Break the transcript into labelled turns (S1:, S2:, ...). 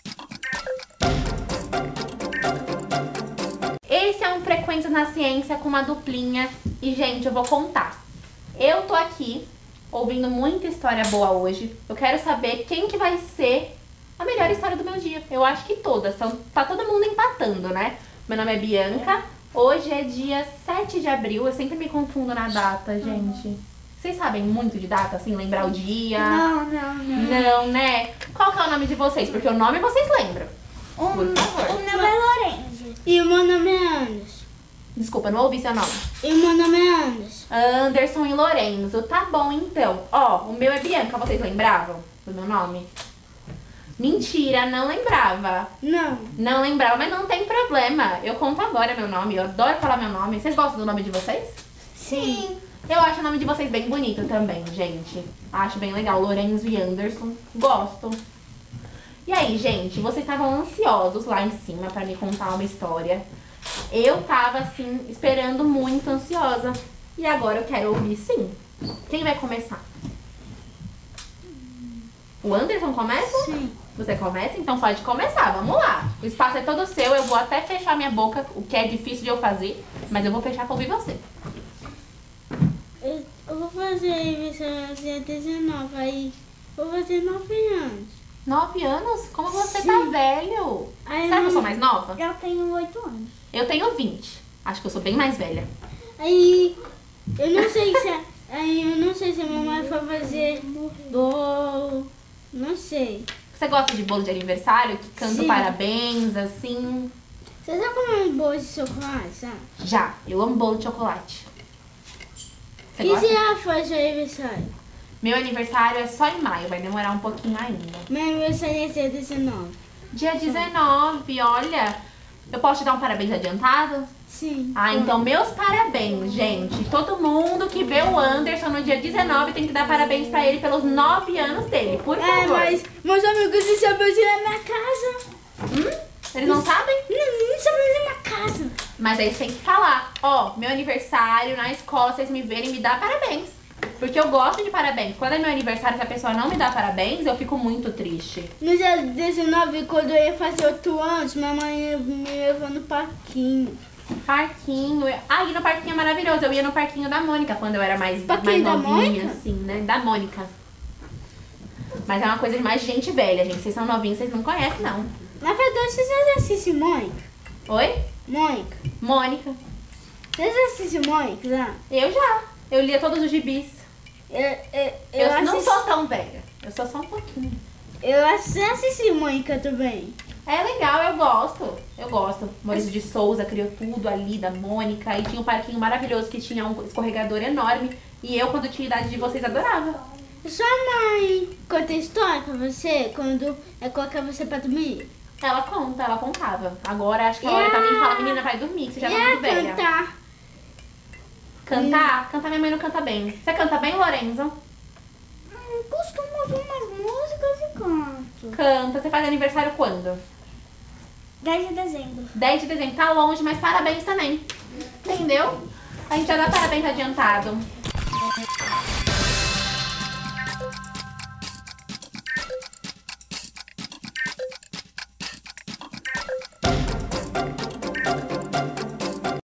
S1: Ciências é um na Ciência com uma duplinha. E, gente, eu vou contar. Eu tô aqui ouvindo muita história boa hoje. Eu quero saber quem que vai ser a melhor história do meu dia. Eu acho que todas. Então, tá todo mundo empatando, né? Meu nome é Bianca. Hoje é dia 7 de abril. Eu sempre me confundo na data, gente. Vocês sabem muito de data, assim, lembrar o dia?
S2: Não, não, não.
S1: Não, né? Qual que é o nome de vocês? Porque o nome vocês lembram.
S2: O,
S3: Um,
S2: o
S1: Por favor.
S2: meu é Lorenzo.
S3: E o meu nome é Anderson.
S1: Desculpa, não ouvi seu nome.
S3: E o meu nome é Anderson.
S1: Anderson e Lorenzo. Tá bom, então. Ó, o meu é Bianca. Vocês lembravam do meu nome? Mentira, não lembrava.
S3: Não.
S1: Não lembrava, mas não tem problema. Eu conto agora meu nome. Eu adoro falar meu nome. Vocês gostam do nome de vocês?
S3: Sim.
S1: Eu acho o nome de vocês bem bonito também, gente. Acho bem legal. Lorenzo e Anderson. Gosto. E aí, gente, vocês estavam ansiosos lá em cima pra me contar uma história. Eu tava, assim, esperando muito, ansiosa. E agora eu quero ouvir, sim. Quem vai começar? O Anderson começa?
S3: Sim.
S1: Você começa? Então pode começar, vamos lá. O espaço é todo seu, eu vou até fechar minha boca, o que é difícil de eu fazer, mas eu vou fechar pra ouvir você.
S3: Eu, eu vou fazer aniversário dia 19, aí vou fazer 9 anos.
S1: Nove anos? Como você tá velho?
S3: Aí
S1: Será que eu
S3: eu,
S1: sou mais nova?
S2: Eu tenho oito anos.
S1: Eu tenho 20. Acho que eu sou bem mais velha.
S3: aí eu não sei se a, aí eu não sei se a mamãe foi fazer bolo, não sei.
S1: Você gosta de bolo de aniversário? Que canta
S3: Sim.
S1: parabéns, assim?
S3: Você já comeu um bolo de chocolate, sabe?
S1: Já. Eu amo bolo de chocolate. Você
S3: E
S1: gosta?
S3: se ela faz seu aniversário?
S1: Meu aniversário é só em maio, vai demorar um pouquinho ainda.
S3: Meu aniversário é dia 19.
S1: Dia 19, olha. Eu posso te dar um parabéns adiantado?
S3: Sim.
S1: Ah, então meus parabéns, gente. Todo mundo que vê o Anderson no dia 19 tem que dar parabéns pra ele pelos 9 anos dele, por favor.
S3: É, mas meus amigos não sabem onde é a minha casa.
S1: Hum? Eles não sabem?
S3: Não, não sabem onde é a minha casa.
S1: Mas aí tem que falar, ó, meu aniversário na escola, vocês me verem, me dá parabéns. Porque eu gosto de parabéns. Quando é meu aniversário, se a pessoa não me dá parabéns, eu fico muito triste.
S3: No dia 19, quando eu ia fazer 8 anos, minha mãe ia me levou no parquinho.
S1: Parquinho. eu- Ah, ir no parquinho é maravilhoso. Eu ia no parquinho da Mônica quando eu era mais, mais
S3: Parquinho Um da
S1: novinha,
S3: Mônica?
S1: assim, né? Da Mônica. Mas é uma coisa de mais gente velha, gente. Vocês são novinhos, vocês não conhecem, não.
S3: Na verdade, vocês já assistem Mônica?
S1: Oi?
S3: Mônica?
S1: Mônica.
S3: Vocês já assistem Mônica? Lá?
S1: Eu já. Eu lia todos os gibis.
S3: Eu, eu,
S1: Eu,
S3: eu,
S1: não
S3: assisti,
S1: sou tão velha. Eu sou só um pouquinho.
S3: eu assi- assisti Mônica também.
S1: É legal, eu gosto. Eu gosto. Maurício de Souza criou tudo ali, da Mônica. E tinha um parquinho maravilhoso que tinha um escorregador enorme. E eu, quando tinha a idade de vocês, adorava.
S3: Sua mãe conta história pra você quando é colocar você pra dormir?
S1: Ela conta, ela contava. Agora acho que ela olha pra mim e fala, menina, vai dormir, que você já
S3: e
S1: tá
S3: a
S1: muito velha.
S3: cantar?
S1: Cantar? Cantar minha mãe não canta bem. Você canta bem, Lorenzo?
S2: Hum, costumo ouvir umas músicas e canto.
S1: Canta. Você faz aniversário quando?
S2: 10 de dezembro.
S1: 10 de dezembro. Tá longe, mas parabéns também. Entendeu? A gente já dá parabéns adiantado.